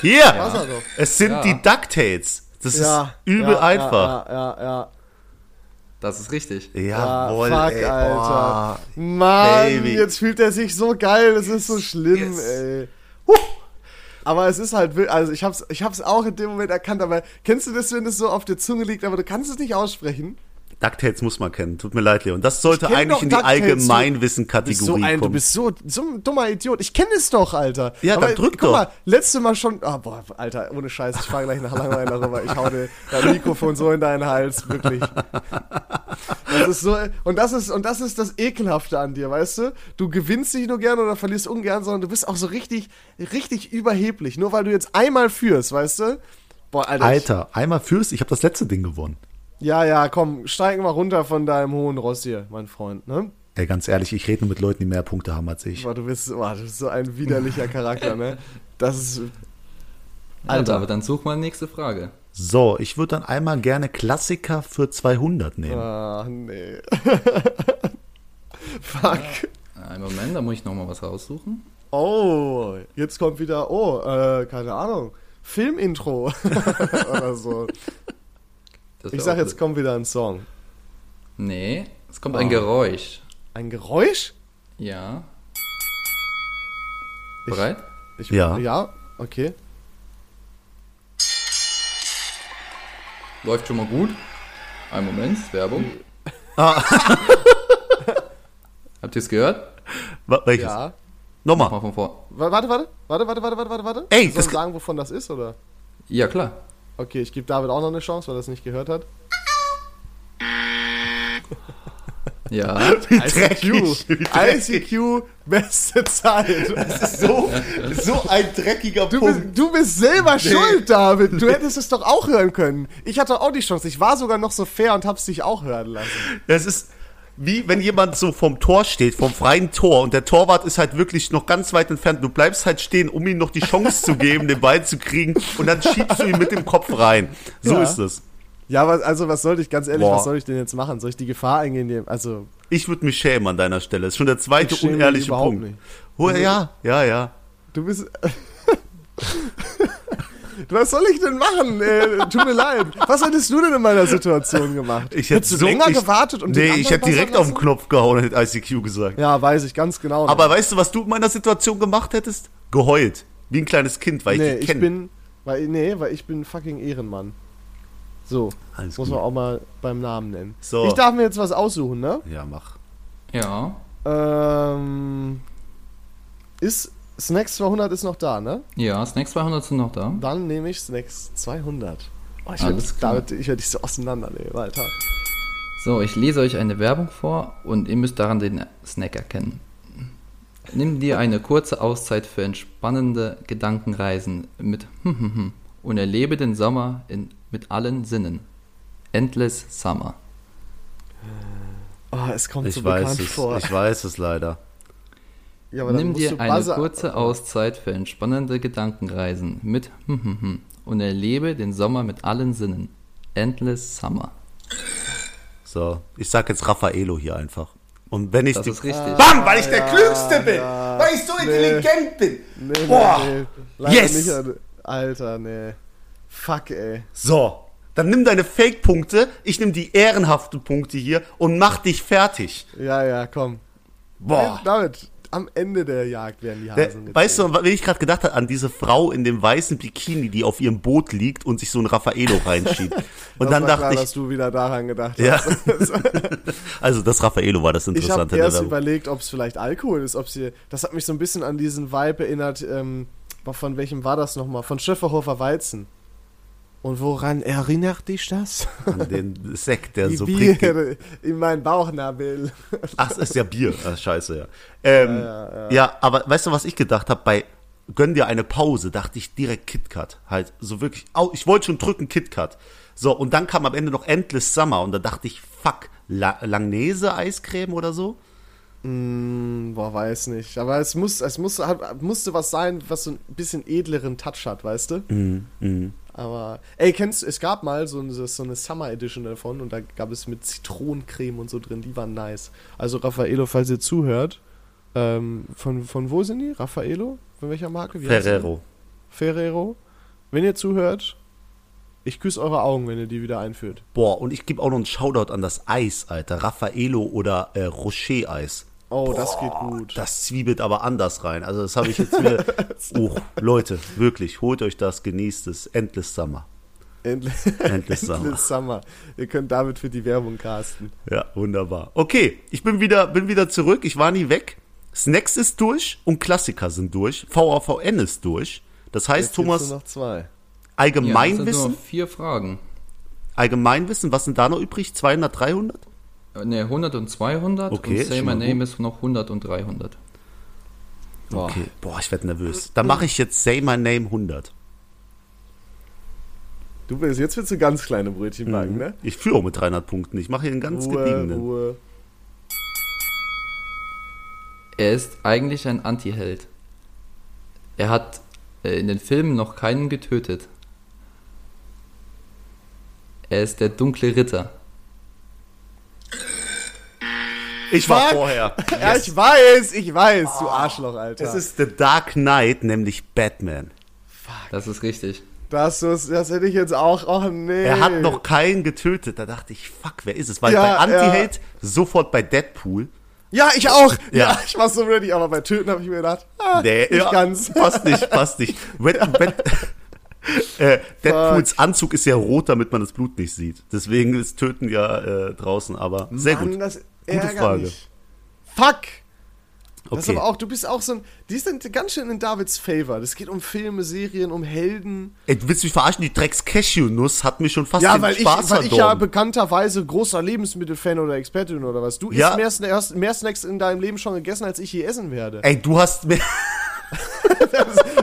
B: Hier!
A: Wasser doch.
B: Es sind
C: Ja.
B: die DuckTales. Das ist übel
A: ja,
B: einfach.
A: Ja, ja, ja.
C: Das ist richtig.
A: ja.
B: Jawohl,
A: ah, fuck,
B: ey.
A: Alter.
B: Oh.
A: Mann,
B: Baby.
A: jetzt fühlt er sich so geil, das ist so schlimm,
B: Yes.
A: ey. Aber es ist halt wild, also ich hab's, ich hab's auch in dem Moment erkannt, aber kennst du das, wenn es so auf der Zunge liegt, aber du kannst es nicht aussprechen?
B: DuckTales muss man kennen. Tut mir leid, Leon. Das sollte
A: Ich kenn
B: eigentlich
A: doch
B: in die
A: DuckTales.
B: Allgemeinwissen-Kategorie
A: bist so ein, du
B: kommen.
A: bist so, so ein dummer Idiot. Ich kenne es doch, Alter.
B: Ja, dann drück
A: guck
B: doch.
A: mal, letzte Mal schon. Ah, boah, Alter, ohne Scheiß. Ich fahre gleich nach Langeweile darüber. Ich hau dir dein Mikrofon so in deinen Hals, wirklich. Das ist so, und das ist, und das ist das Ekelhafte an dir, weißt du? Du gewinnst nicht nur gern oder verlierst ungern, sondern du bist auch so richtig, richtig überheblich. Nur weil du jetzt einmal führst, weißt du? Boah, Alter. ich-
B: Alter, einmal fürs, ich habe das letzte Ding gewonnen.
A: Ja, ja, komm, steig mal runter von deinem hohen Ross hier, mein Freund, ne?
B: Ey, ganz ehrlich, ich rede nur mit Leuten, die mehr Punkte haben als ich.
A: Boah, du bist, boah, du bist so ein widerlicher Charakter, ne? Das ist.
C: Alter, aber dann such mal nächste Frage.
B: So, ich würde dann einmal gerne Klassiker für 200 nehmen.
A: Ah, nee. Fuck.
C: Äh, Einen Moment, da muss ich nochmal was raussuchen.
A: Oh, jetzt kommt wieder, oh, äh, keine Ahnung. Filmintro. Oder so.
C: Das
A: Ich
C: wär
A: sag,
C: auch
A: jetzt Ah. kommt wieder ein Song.
C: blöd. Nee, es kommt ein Geräusch.
A: Ein Geräusch?
C: Ja.
A: Ich-
C: Bereit?
A: Ich,
B: Ja.
A: Ja, okay.
C: Läuft schon mal gut. Ein Moment, Werbung.
A: Ah.
C: Habt ihr es gehört?
B: Wa- Welches?
A: Äh, Ja.
B: Nochmal.
C: Mal von vor.
A: Wa- Warte, warte, warte, warte, warte, warte, warte, warte.
B: Ey,
A: Soll
B: das
A: ich
B: kann-
A: sagen, wovon das ist, oder?
C: Ja, klar.
A: Okay, ich gebe David auch noch eine Chance, weil er es nicht gehört hat.
C: Ja.
B: Wie dreckig. Wie dreckig.
A: ICQ, beste Zeit.
B: So, so ein dreckiger
A: Du bist, du bist selber schuld, David. Du hättest es doch auch hören können. Ich hatte auch die Chance. Ich war sogar noch so fair und hab's dich auch hören lassen.
B: Es ist wie wenn jemand so vom Tor steht, vom freien Tor und der Torwart ist halt wirklich noch ganz weit entfernt. Du bleibst halt stehen, um ihm noch die Chance zu geben, den Ball zu kriegen und dann schiebst du ihn mit dem Kopf rein. So
A: Ja.
B: ist es.
A: Ja, was, also was sollte ich, ganz ehrlich,
B: Boah.
A: was soll ich denn jetzt machen? Soll ich die Gefahr eingehen? Die, also,
B: Ich würde mich schämen an deiner Stelle. Ist schon der zweite
A: Ich schäme mich
B: unehrliche
A: überhaupt
B: Punkt.
A: nicht. Also
B: Oh, ja, ja, ja.
A: du bist... Was soll ich denn machen? Äh, tut mir leid. Was hättest du denn in meiner Situation gemacht?
B: Ich hätte
A: hättest du
B: so,
A: länger
B: ich,
A: gewartet und den
B: Nee, ich
A: anderen
B: hätte direkt auf
A: passen
B: den Knopf gehauen und hätte ICQ gesagt.
A: lassen? Ja, weiß ich ganz genau.
B: Aber weißt du, was du in meiner Situation gemacht hättest? Geheult. Wie ein kleines Kind, weil
A: nee,
B: ich dich
A: ich
B: kenne.
A: bin, weil, nee, weil ich bin fucking Ehrenmann. So,
B: Alles
A: muss
B: gut.
A: man auch mal beim Namen nennen.
B: So.
A: Ich darf mir jetzt was aussuchen, ne?
B: Ja, mach.
C: Ja.
A: Ähm, ist Snacks 200 ist noch da, ne?
C: Ja, Snacks 200 sind noch da.
A: Dann nehme ich Snacks 200. Oh, ich
C: Alles
A: werde dich-
C: klar.
A: damit- ich werd dich so auseinandernehmen, Alter.
C: So, ich lese euch eine Werbung vor und ihr müsst daran den Snack erkennen. Nimm dir eine kurze Auszeit für entspannende Gedankenreisen mit hm, und erlebe den Sommer in, mit allen Sinnen. Endless Summer.
A: Oh, es kommt so
B: Ich
A: bekannt
B: weiß es,
A: vor.
B: ich weiß es leider.
A: Ja, aber dann
C: Nimm
A: musst
C: dir
A: du
C: eine
A: Buzzer-
C: kurze Auszeit für entspannende Gedankenreisen mit hm, und erlebe den Sommer mit allen Sinnen. Endless Summer.
B: So, ich sag jetzt Raffaello hier einfach. Und wenn ich
C: Das
B: die,
C: ist richtig.
D: Bam,
A: Ah,
D: weil ich der Klügste bin. weil ich so intelligent bin.
A: Nee, nee,
D: Boah.
A: nee. Leider
B: Yes!
A: nicht, Alter. Alter, nee. Fuck, ey.
B: so, dann nimm deine Fake-Punkte, ich nimm die ehrenhaften Punkte hier und mach dich fertig.
A: Ja, ja, komm.
B: Boah.
A: Damit, am Ende der Jagd werden die
B: Der,
A: Hasen gezählt.
B: weißt du, wen ich gerade gedacht habe? An diese Frau in dem weißen Bikini, die auf ihrem Boot liegt und sich so ein Raffaello reinschiebt. Und
A: Das
B: dann
A: war
B: dachte
A: klar,
B: ich,
A: dass du wieder daran gedacht hast.
B: ja. also das Raffaello war das
A: Ich habe
B: Interessante ne? in der
A: erst
B: Werbung.
A: überlegt, ob es vielleicht Alkohol ist, ob sie. Das hat mich so ein bisschen an diesen Vibe erinnert. Ähm, von welchem war das nochmal? Von Schöfferhofer Weizen. Und woran erinnert dich das?
B: An den Sekt, der
A: Die
B: so prickelt.
A: Biere in meinen Bauchnabel.
B: Ach, es ist ja Bier. Ah, scheiße, ja. Ähm, ja, aber weißt du, was ich gedacht habe? Bei Gönn dir eine Pause, dachte ich direkt KitKat. Halt, so wirklich. Au, ich wollte schon drücken KitKat. So, und dann kam am Ende noch Endless Summer und da dachte ich, fuck, La Langnese Eiscreme oder so?
A: Boah, weiß nicht. Aber es, muss, es muss, hat, musste was sein, was so ein bisschen edleren Touch hat, weißt du?
B: Mhm,
A: Aber, ey, kennst es gab mal so eine, so eine Summer Edition davon und da gab es mit Zitronencreme und so drin, die waren nice. Also, Raffaello, falls ihr zuhört, ähm, von, von wo sind die? Raffaello? Von welcher Marke? Wie heißt
B: Ferrero.
A: die? Ferrero. Wenn ihr zuhört, ich küsse eure Augen, wenn ihr die wieder einführt.
B: Boah, und ich gebe auch noch einen Shoutout an das Eis, Alter. Raffaello oder äh, Rocher-Eis.
A: Oh, das geht gut.
B: Das zwiebelt aber anders rein. Also das habe ich jetzt wieder... oh, Leute, wirklich, holt euch das, genießt es. Endless Summer.
A: Endlich,
B: Endless Summer.
A: Endless Summer. Ihr könnt damit für die Werbung casten.
B: Ja, wunderbar. Okay, ich bin wieder, bin wieder zurück. Ich war nie weg. Snacks ist durch und Klassiker sind durch. VAVN ist durch. Das heißt,
A: Jetzt gibt's
B: Thomas,
A: nur noch zwei.
C: Ja, das sind
B: Allgemeinwissen,
C: nur vier Fragen.
B: Allgemeinwissen, was sind da noch übrig? 200, 300?
C: Äh, Ne, 100 und 200
B: Okay,
C: und
B: ist
C: Say
B: schon
C: My
B: mal gut.
C: Name ist noch 100 und 300. Boah.
B: Okay, boah, ich werd nervös. Dann mache ich jetzt Say My Name 100.
A: Du bist, jetzt willst du ganz kleine Brötchen backen, ne?
B: Ich führe auch mit 300 Punkten. Ich mache hier einen Mhm. ganz gediegenen.
A: Ruhe.
C: Er ist eigentlich ein Antiheld. Er hat äh, in den Filmen noch keinen getötet. Er ist der dunkle Ritter.
B: Ich war
A: Fuck.
B: vorher.
A: Ja, ich weiß, ich weiß, du Arschloch, Alter.
B: Ah, Es ist The Dark Knight, nämlich Batman.
C: Das ist richtig.
A: das, das, das hätte ich jetzt auch. Oh nee.
B: Er hat noch keinen getötet. Da dachte ich, fuck, wer ist es? Weil
A: Ja,
B: bei Anti-Hate sofort bei Deadpool.
A: Ja, ich auch. Ja,
B: Ja.
A: ich war so ready, aber bei Töten habe ich mir gedacht, ah,
B: Nee,
A: nicht
B: ja,
A: ganz.
B: Passt nicht, passt nicht. Red, Red, äh, Deadpools Anzug ist ja rot, damit man das Blut nicht sieht. Deswegen ist Töten ja äh, draußen, aber sehr
A: Mann,
B: gut.
A: das
B: Gute
A: ärgert
B: Frage.
A: mich. Fuck. Das
B: Okay.
A: aber auch, du bist auch so ein, die sind ganz schön in Davids Favor. Das geht um Filme, Serien, um Helden.
B: Ey, du willst mich verarschen? Die Drecks Cashew-Nuss hat mir schon fast
A: Ja,
B: den
A: weil ich,
B: Spaß
A: weil ich
B: verdorben.
A: ja bekannterweise großer Lebensmittelfan oder Expertin oder was. Du
B: Ja.
A: isst mehr, Sna- mehr Snacks in deinem Leben schon gegessen, als ich je essen werde.
B: Ey, du hast mir.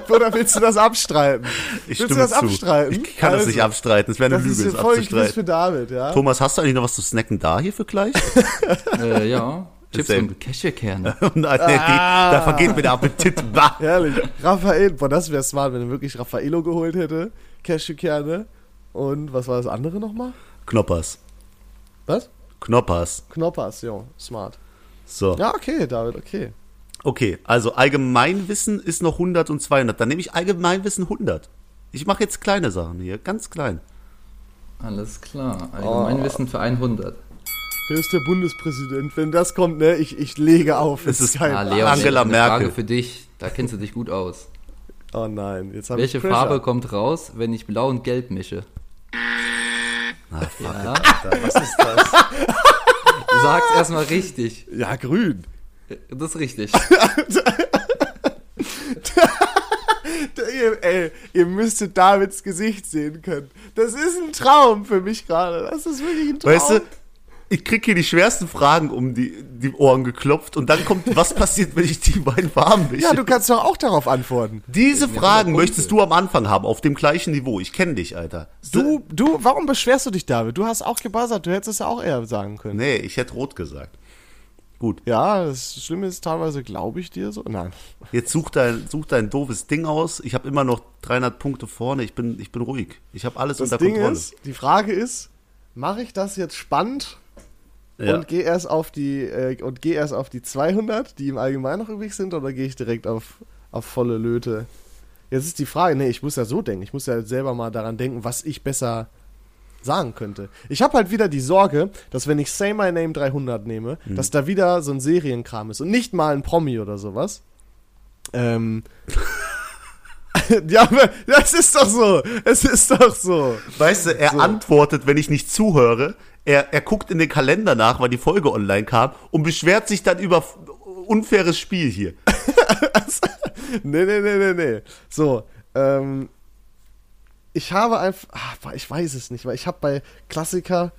A: Oder willst du das abstreiten?
B: Ich
A: willst
B: stimme
A: du das
B: zu.
A: abstreiten? Also,
B: Ich kann das nicht abstreiten. Das wäre
A: Das
B: eine Lüge,
A: ist
B: das
A: voll Quiz
B: abzustreiten.
A: für David, ja?
B: Thomas, hast du eigentlich noch was zu snacken da hierfür gleich?
C: Äh, ja, Chips
B: Sehr
C: und
B: gut.
C: Cashewkerne.
B: Oh Nein, nee, die,
A: Ah.
B: da vergeht mir der Appetit. Bah.
A: Herrlich. Raphael, boah, das wäre smart, wenn er wirklich Raffaello geholt hätte. Cashewkerne. Und was war das andere nochmal?
B: Knoppers.
A: Was?
B: Knoppers.
A: Knoppers, jo, smart.
B: So.
A: Ja, okay, David, okay.
B: Okay, also Allgemeinwissen ist noch 100 und 200. Dann nehme ich Allgemeinwissen 100. Ich mache jetzt kleine Sachen hier, ganz klein.
C: Alles klar. Allgemeinwissen für 100.
A: Wer ist der Bundespräsident? Wenn das kommt, ne, ich, ich lege auf.
B: Es ist
A: kein-
C: Ah, Leon,
B: Angela
C: eine Frage
B: Merkel.
C: für dich. Da kennst du dich gut aus.
A: Oh nein, jetzt habe ich
C: Welche
A: Pressure.
C: Farbe kommt raus, wenn ich blau und gelb mische?
B: Ah, fuck,
C: Ja.
B: Alter, was ist das?
C: Sag's erstmal richtig.
A: Ja, grün.
C: Das ist richtig.
A: ihr, ey, ihr müsstet Davids Gesicht sehen können. Das ist ein Traum für mich gerade. Das ist wirklich ein Traum.
B: Weißt du, ich krieg hier die schwersten Fragen um die, die Ohren geklopft und dann kommt, was passiert, wenn ich die beiden warm mische?
A: ja, du kannst doch auch darauf antworten.
B: Diese Fragen möchtest du am Anfang haben, auf dem gleichen Niveau. Ich kenne dich, Alter.
A: Du, du, warum beschwerst du dich, David? Du hast auch gebuzzert, du hättest es ja auch eher sagen können.
B: Nee, ich hätte rot gesagt. Gut,
A: Ja, das Schlimme ist teilweise, glaube ich dir so. Nein.
B: jetzt such dein, such dein doofes Ding aus. Ich habe immer noch 300 Punkte vorne. Ich bin, ich bin ruhig. Ich habe alles
A: Das
B: unter
A: Ding
B: Kontrolle.
A: ist, die Frage ist, mache ich das jetzt spannend
B: ja.
A: und gehe erst auf die äh, und gehe erst auf die 200, die im Allgemeinen noch übrig sind, oder gehe ich direkt auf, auf volle Löte? Jetzt ist die Frage, nee, ich muss ja so denken, ich muss ja selber mal daran denken, was ich besser sagen könnte. Ich habe halt wieder die Sorge, dass wenn ich Say My Name 300 nehme, dass da wieder so ein Serienkram ist und nicht mal ein Promi oder sowas. Ähm. ja, aber das ist doch so. Es ist doch so.
B: Weißt du, er antwortet, wenn ich nicht zuhöre. Er, er guckt in den Kalender nach, wann die Folge online kam und beschwert sich dann über f- unfaires Spiel hier.
A: Nee, nee, nee, nee, nee. So, ähm, ich habe einfach, ah, boah, ich weiß es nicht, weil ich habe bei Klassiker,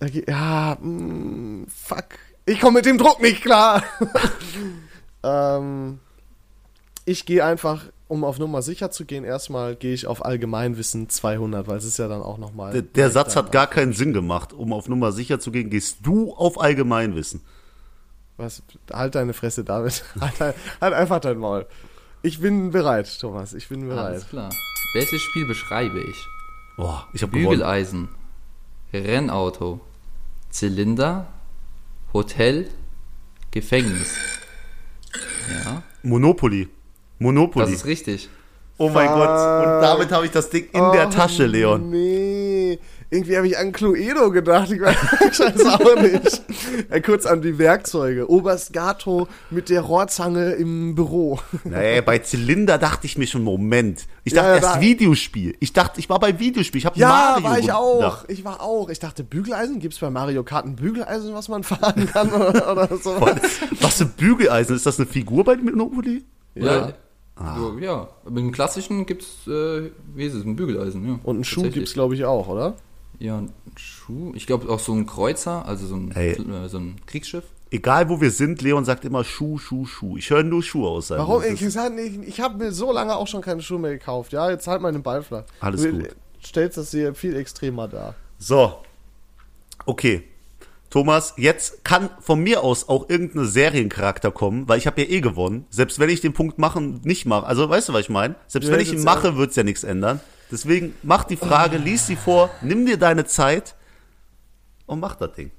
A: da ge- ja, mm, fuck, ich komme mit dem Druck nicht klar. ähm, ich gehe einfach, um auf Nummer sicher zu gehen, erstmal gehe ich auf Allgemeinwissen 200, weil es ist ja dann auch nochmal.
B: Der, der Satz hat gar keinen Sinn gemacht. Um auf Nummer sicher zu gehen, gehst du auf Allgemeinwissen.
A: Was, halt deine Fresse, David. halt, dein- halt einfach dein Maul. Ich bin bereit, Thomas, ich bin bereit.
C: Alles klar. Welches Spiel beschreibe ich?
B: Boah, ich habe gewonnen.
C: Bügeleisen, Rennauto, Zylinder, Hotel, Gefängnis. Ja,
B: Monopoly.
C: das
B: Monopoly.
C: ist richtig.
B: Oh mein Gott. Und damit habe ich das Ding in der
A: Oh,
B: Tasche, Leon.
A: Nee, irgendwie habe ich an Cluedo gedacht. Ich weiß es auch nicht. Äh, kurz an die Werkzeuge. Oberst Gato mit der Rohrzange im Büro.
B: Nee, bei Zylinder dachte ich mir schon, Moment. Ich dachte
A: ja,
B: erst
A: da-
B: Videospiel. Ich dachte, ich war bei Videospiel. Ich habe
A: Ja,
B: Mario
A: war ich auch.
B: gedacht.
A: Ich war auch. Ich dachte, Bügeleisen? Gibt es bei Mario Kart ein Bügeleisen, was man fahren kann oder, oder so?
B: Was für Bügeleisen? Ist das eine Figur bei Monopoly?
C: Ja. Ja, ja. Aber im klassischen gibt's, äh, wie ist es, ein Bügeleisen, ja.
A: Und einen Schuh
C: Tatsächlich.
A: gibt es, glaube ich, auch, oder?
C: Ja, ein Schuh. Ich glaube auch so ein Kreuzer, also so ein,
B: Ey.
C: äh, so ein Kriegsschiff.
B: Egal wo wir sind, Leon sagt immer Schuh, Schuh, Schuh. Ich höre nur Schuhe aus seinem
A: Warum?
B: Mund.
A: Ich, ich, ich habe mir so lange auch schon keine Schuhe mehr gekauft. Ja, jetzt halt mal den Ball flach.
B: Alles
A: du,
B: gut.
A: äh, Stellst das hier viel extremer dar.
B: So. Okay. Thomas, jetzt kann von mir aus auch irgendein Seriencharakter kommen, weil ich habe ja eh gewonnen. Selbst wenn ich den Punkt machen nicht mache, also weißt du, was ich meine? Selbst
A: Ja,
B: wenn ich ihn
A: jetzt-
B: mache, wird's ja nichts ändern. Deswegen mach die Frage, lies sie vor, nimm dir deine Zeit und mach das Ding.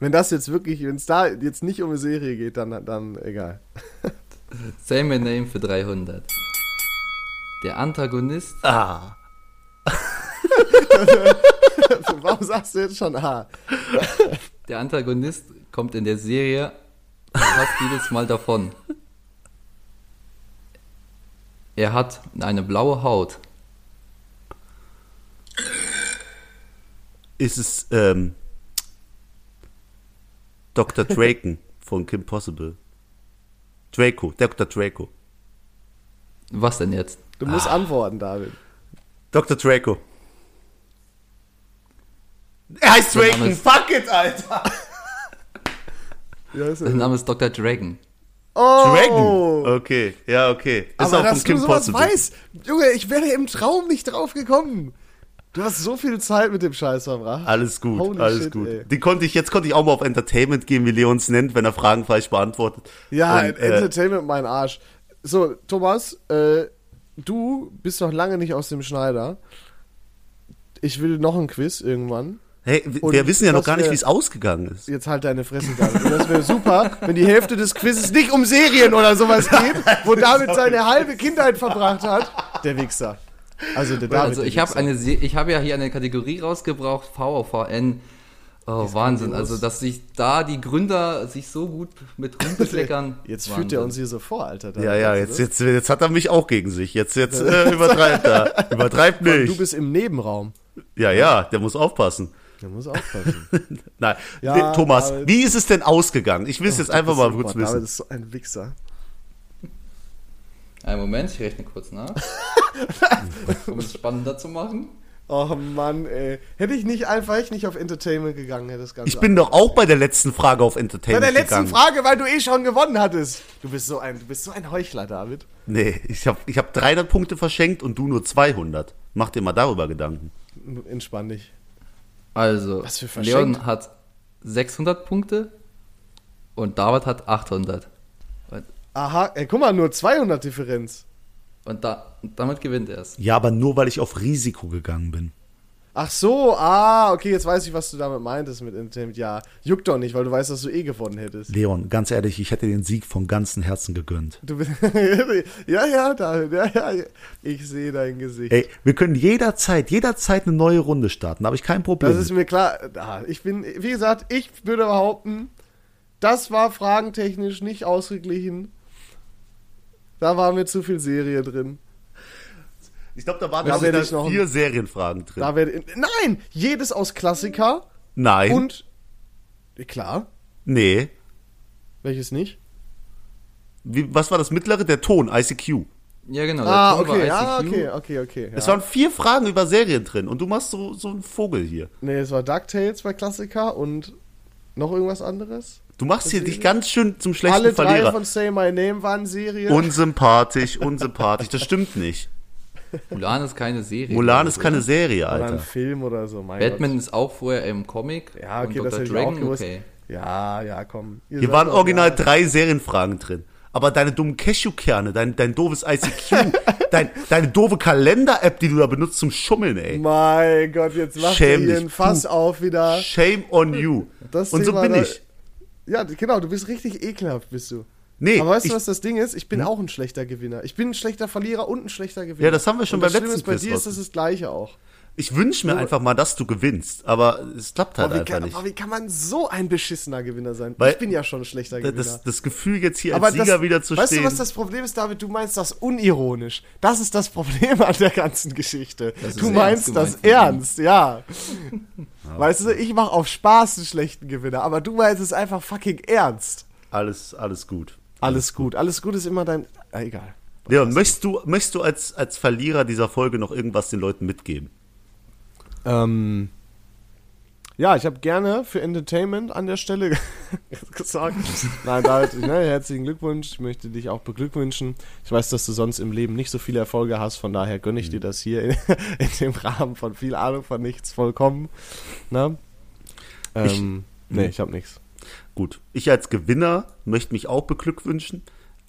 A: Wenn das jetzt wirklich, wenn es da jetzt nicht um eine Serie geht, dann, dann egal.
C: Say my name für 300. Der Antagonist
B: Ah,
A: Also, Warum sagst du jetzt schon A?
C: Der Antagonist kommt in der Serie fast jedes Mal davon. Er hat eine blaue Haut.
B: ist es ähm, Dr. Draken von Kim Possible. Draco, Dr. Draco.
C: Was denn jetzt?
A: Du musst
B: Ah.
A: antworten, David.
B: Dr. Draco. Er heißt
C: Der Name
B: Draken.
C: ist-
B: Fuck it, Alter.
A: Ja, ist
B: Äh,
C: Sein Name ist Dr. Dragon.
A: oh,
B: Draken. Okay, ja, okay. Äh, Ist
A: Aber
B: von
A: dass du sowas
B: Possible.
A: weißt, Junge, ich wäre im Traum nicht drauf gekommen. Du hast so viel Zeit mit dem Scheiß verbracht.
B: Alles gut,
A: Holy
B: alles
A: shit,
B: gut.
A: ey.
B: Die konnte ich, jetzt konnte ich auch mal auf Entertainment gehen, wie Leons nennt, wenn er Fragen falsch beantwortet.
A: Ja,
B: Und, äh,
A: Entertainment, mein Arsch. So, Thomas, äh, du bist noch lange nicht aus dem Schneider. Ich will noch ein Quiz irgendwann.
B: äh, hey, wir
A: und
B: wir wissen ja noch
A: was
B: gar nicht,
A: wir-
B: wie es ausgegangen ist.
A: Jetzt halt deine Fresse, David. Und das wäre super, wenn die Hälfte des Quizzes nicht um Serien oder sowas geht, wo David seine halbe Kindheit verbracht hat. Der Wichser. Also der David.
C: Also ich
A: der
C: habe eine Se- ich habe ja hier eine Kategorie rausgebraucht, VVN. Oh, Wahnsinn, also dass sich da die Gründer sich so gut mit rumbekleckern.
A: Jetzt
C: Wahnsinn.
A: führt er uns hier so vor, Alter. David.
B: Ja, ja,
A: Also
B: jetzt, jetzt, jetzt hat er mich auch gegen sich. Jetzt, jetzt äh, übertreibt er. Übertreibt
A: das- Du
B: mich.
A: bist im Nebenraum.
B: Ja, ja, der muss aufpassen.
A: Da muss aufpassen.
B: Nein,
A: Ja,
B: Thomas,
A: David.
B: wie ist es denn ausgegangen? Ich will es jetzt einfach mal kurz
A: David
B: wissen.
A: ist so ein Wichser.
C: Einen Moment, ich rechne kurz nach. um es spannender zu machen.
A: Oh Mann, ey. Hätte ich nicht einfach ich nicht auf Entertainment gegangen, hätte das Ganze.
B: Ich bin doch auch bei der letzten Frage auf
A: bei
B: Entertainment
A: der letzten
B: gegangen.
A: Frage, weil du eh schon gewonnen hattest. Du bist so ein, du bist so ein Heuchler, David.
B: Nee, ich habe ich hab 300 Punkte verschenkt und du nur 200. Mach dir mal darüber Gedanken.
A: Entspann dich.
C: Also,
A: Was für verschenkt.
C: Leon hat 600 Punkte und David hat 800. Und,
A: Aha, ey, guck mal, nur 200 Differenz.
C: und da, damit gewinnt er es.
B: Ja, aber nur, weil ich auf Risiko gegangen bin.
A: Ach so, ah, okay, jetzt weiß ich, was du damit meintest mit Entertainment. Ja, juckt doch nicht, weil du weißt, dass du eh gewonnen hättest.
B: Leon, ganz ehrlich, ich hätte den Sieg von ganzem Herzen gegönnt.
A: Du bist, ja, ja, David, ja, ja, ich sehe dein Gesicht.
B: Ey, wir können jederzeit, jederzeit eine neue Runde starten, habe ich kein Problem.
A: Das ist mir klar. Ah, Ich bin, wie gesagt, ich würde behaupten, das war fragentechnisch nicht ausgeglichen. Da war mir zu viel Serie drin.
B: ich glaube, da waren
A: Da werde
B: mindestens
A: ich noch-
B: vier Serienfragen drin.
A: Da werde nein, jedes aus Klassiker
B: Nein,
A: und klar,
B: nee.
A: welches nicht?
B: Wie, was war das mittlere? Der Ton, ICQ.
C: Ja, genau.
B: Also
C: der
A: Ah,
C: Ton war
A: okay, ja,
C: ICQ.
A: okay, okay, okay. Ja.
B: Es waren vier Fragen über Serien drin und du machst so, so einen Vogel hier.
A: nee, es war DuckTales bei Klassiker und noch irgendwas anderes.
B: Du machst hier dich ganz schön zum schlechten
A: Alle drei
B: Verlierer.
A: von Say My Name waren Serien.
B: Unsympathisch, unsympathisch, das stimmt nicht.
C: Mulan ist keine Serie.
B: Mulan
C: glaub
B: ist
C: ich,
B: keine
C: oder?
B: Serie,
A: oder ein
B: Alter.
A: Film oder so. Mein
C: Batman ist auch vorher im Comic.
A: Gott. Ja, okay,
C: und
A: das
C: Dr.
A: hätte ich
C: Dragon,
A: auch gewusst.
C: okay.
A: Ja, ja, komm. Ihr
B: Hier
A: seid
B: waren
A: doch-
B: original
A: ja.
B: drei Serienfragen drin. Aber deine dummen Cashewkerne, dein, dein doofes ICQ, dein, deine doofe Kalender-App, die du da benutzt zum Schummeln, ey.
A: Mein Gott, jetzt macht
B: Schäm
A: ihr hier
B: dich,
A: ein Fass
B: du.
A: auf wieder.
B: Shame on you.
A: Das
B: Und so
A: Thema ne?
B: bin
A: da-
B: ich.
A: Ja, genau, du bist richtig ekelhaft, bist du.
B: Nee,
A: Aber weißt
B: ich-
A: du,
B: Hm?
A: was das Ding ist? Ich bin auch ein schlechter Gewinner. Ich bin ein schlechter Verlierer und ein schlechter Gewinner.
B: Ja, das haben wir schon
A: und das
B: beim
A: Schlimme
B: letzten
A: ist, bei
B: Quiz
A: dir ist das das Gleiche auch.
B: Ich wünsche mir einfach mal, dass du gewinnst, aber es klappt halt
A: Aber wie,
B: einfach
A: kann,
B: nicht.
A: aber wie kann man so ein beschissener Gewinner sein?
B: Weil-
A: ich bin ja schon ein schlechter Gewinner.
B: Das, das Gefühl jetzt hier
A: aber
B: als Sieger
A: das,
B: wieder zu
A: weißt
B: stehen.
A: du, was das Problem ist, David? Du meinst das unironisch. Das ist das Problem an der ganzen Geschichte.
C: Das ist
A: Du
C: ernst
A: meinst
C: gemeint
A: das
C: von ihm.
A: ernst, ja. Weißt du, ich mache auf Spaß einen schlechten Gewinner, aber du meinst es einfach fucking ernst.
B: alles, alles gut.
A: Alles gut. Alles gut ist immer dein. Ah, egal.
B: Leon, möchtest du, möchtest du als, als Verlierer dieser Folge noch irgendwas den Leuten mitgeben?
A: Ähm. Ja, ich habe gerne für Entertainment an der Stelle gesagt. Nein, David, ne, herzlichen Glückwunsch. Ich möchte dich auch beglückwünschen. Ich weiß, dass du sonst im Leben nicht so viele Erfolge hast. Von daher gönne
B: Mhm.
A: ich dir das hier in, in dem Rahmen von viel Ahnung von nichts vollkommen. Ne? Ähm, nee,
B: Mhm.
A: ich habe nichts.
B: Gut. Ich als Gewinner möchte mich auch beglückwünschen.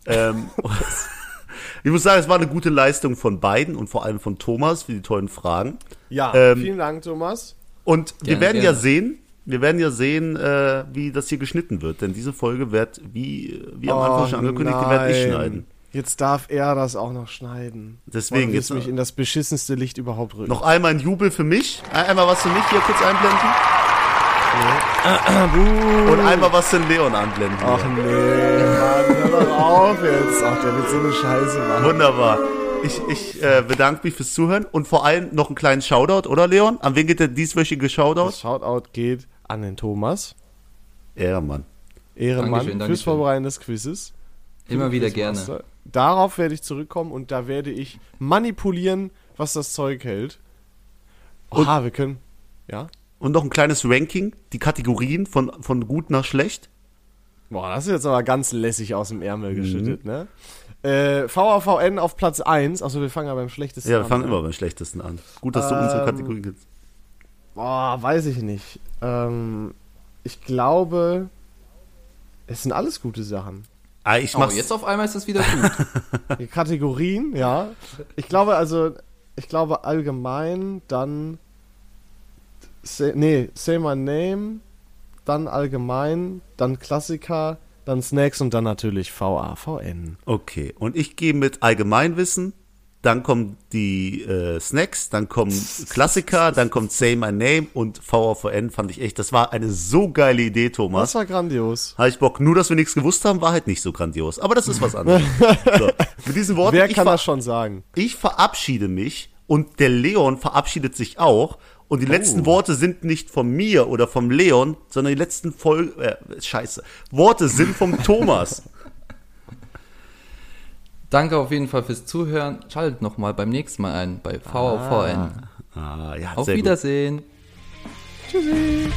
B: Ähm, ich muss sagen, es war eine gute Leistung von beiden und vor allem von Thomas für die tollen Fragen.
A: Ja,
B: Ähm,
A: vielen Dank, Thomas.
B: Und wir
C: Gerne,
B: werden ja
C: gerne.
B: sehen, wir werden ja sehen, äh, wie das hier geschnitten wird. Denn diese Folge wird, wie, wie am Anfang schon angekündigt, die werde ich
A: Oh, nein.
B: schneiden.
A: Jetzt darf er das auch noch schneiden.
B: Deswegen
A: Wollen wir jetzt
B: jetzt-
A: mich in das beschissenste Licht überhaupt rücken.
B: Noch einmal ein Jubel für mich. Ein- Einmal was für mich hier kurz einblenden. Und einmal was für den Leon anblenden.
A: Ach nee, Mann, hör doch auf jetzt. Ach, der wird so eine Scheiße machen.
B: Wunderbar. Ich, ich äh, bedanke mich fürs Zuhören und vor allem noch einen kleinen Shoutout, oder Leon? An wen geht der dieswöchige
A: Das
B: Shoutout?
A: Shoutout geht an den Thomas,
B: Ja, Mann.
A: Ehrenmann,
C: Dankeschön,
A: fürs
C: Dankeschön.
A: Vorbereiten des Quizzes.
C: Immer wieder
A: Quizmaster.
C: gerne.
A: Darauf werde ich zurückkommen und da werde ich manipulieren, was das Zeug hält. Oha, wir können. Ja?
B: Und noch ein kleines Ranking, die Kategorien von, von gut nach schlecht.
A: Boah, das ist jetzt aber ganz lässig aus dem
C: Mhm.
A: Ärmel geschüttet, ne? Äh, VAVN auf Platz 1. Achso, wir fangen ja beim schlechtesten
B: Ja,
A: an.
B: wir fangen immer beim schlechtesten an. Gut, dass du unsere Kategorien kennst.
A: Boah, weiß ich nicht. Ähm, ich glaube, es sind alles gute Sachen.
B: Ah, ich
C: Oh,
B: mach's.
C: jetzt auf einmal ist es wieder gut.
A: Die Kategorien, ja. Ich glaube also, ich glaube allgemein dann. Say, nee, Say My Name, dann allgemein, dann Klassiker, dann Snacks und dann natürlich VAVN.
B: Okay, und ich gehe mit Allgemeinwissen, dann kommen die äh, Snacks, dann kommen Klassiker, dann kommt Say My Name und VVN fand ich echt, das war eine so geile Idee,
A: Das
B: Thomas.
A: war grandios.
B: Habe ich Bock, nur dass wir nichts gewusst haben, war halt nicht so grandios. Aber das ist was anderes. so, mit diesen Worten,
A: Wer
B: ich,
A: kann
B: ver
A: das schon sagen?
B: ich verabschiede mich und der Leon verabschiedet sich auch. Und die
A: Oh.
B: letzten Worte sind nicht von mir oder vom Leon, sondern die letzten Fol äh, Scheiße. Worte sind vom Thomas.
C: Danke auf jeden Fall fürs Zuhören. Schaltet nochmal beim nächsten Mal ein bei VVN.
B: Ah, ja,
C: Auf
B: sehr gut.
C: Wiedersehen.
A: Tschüssi.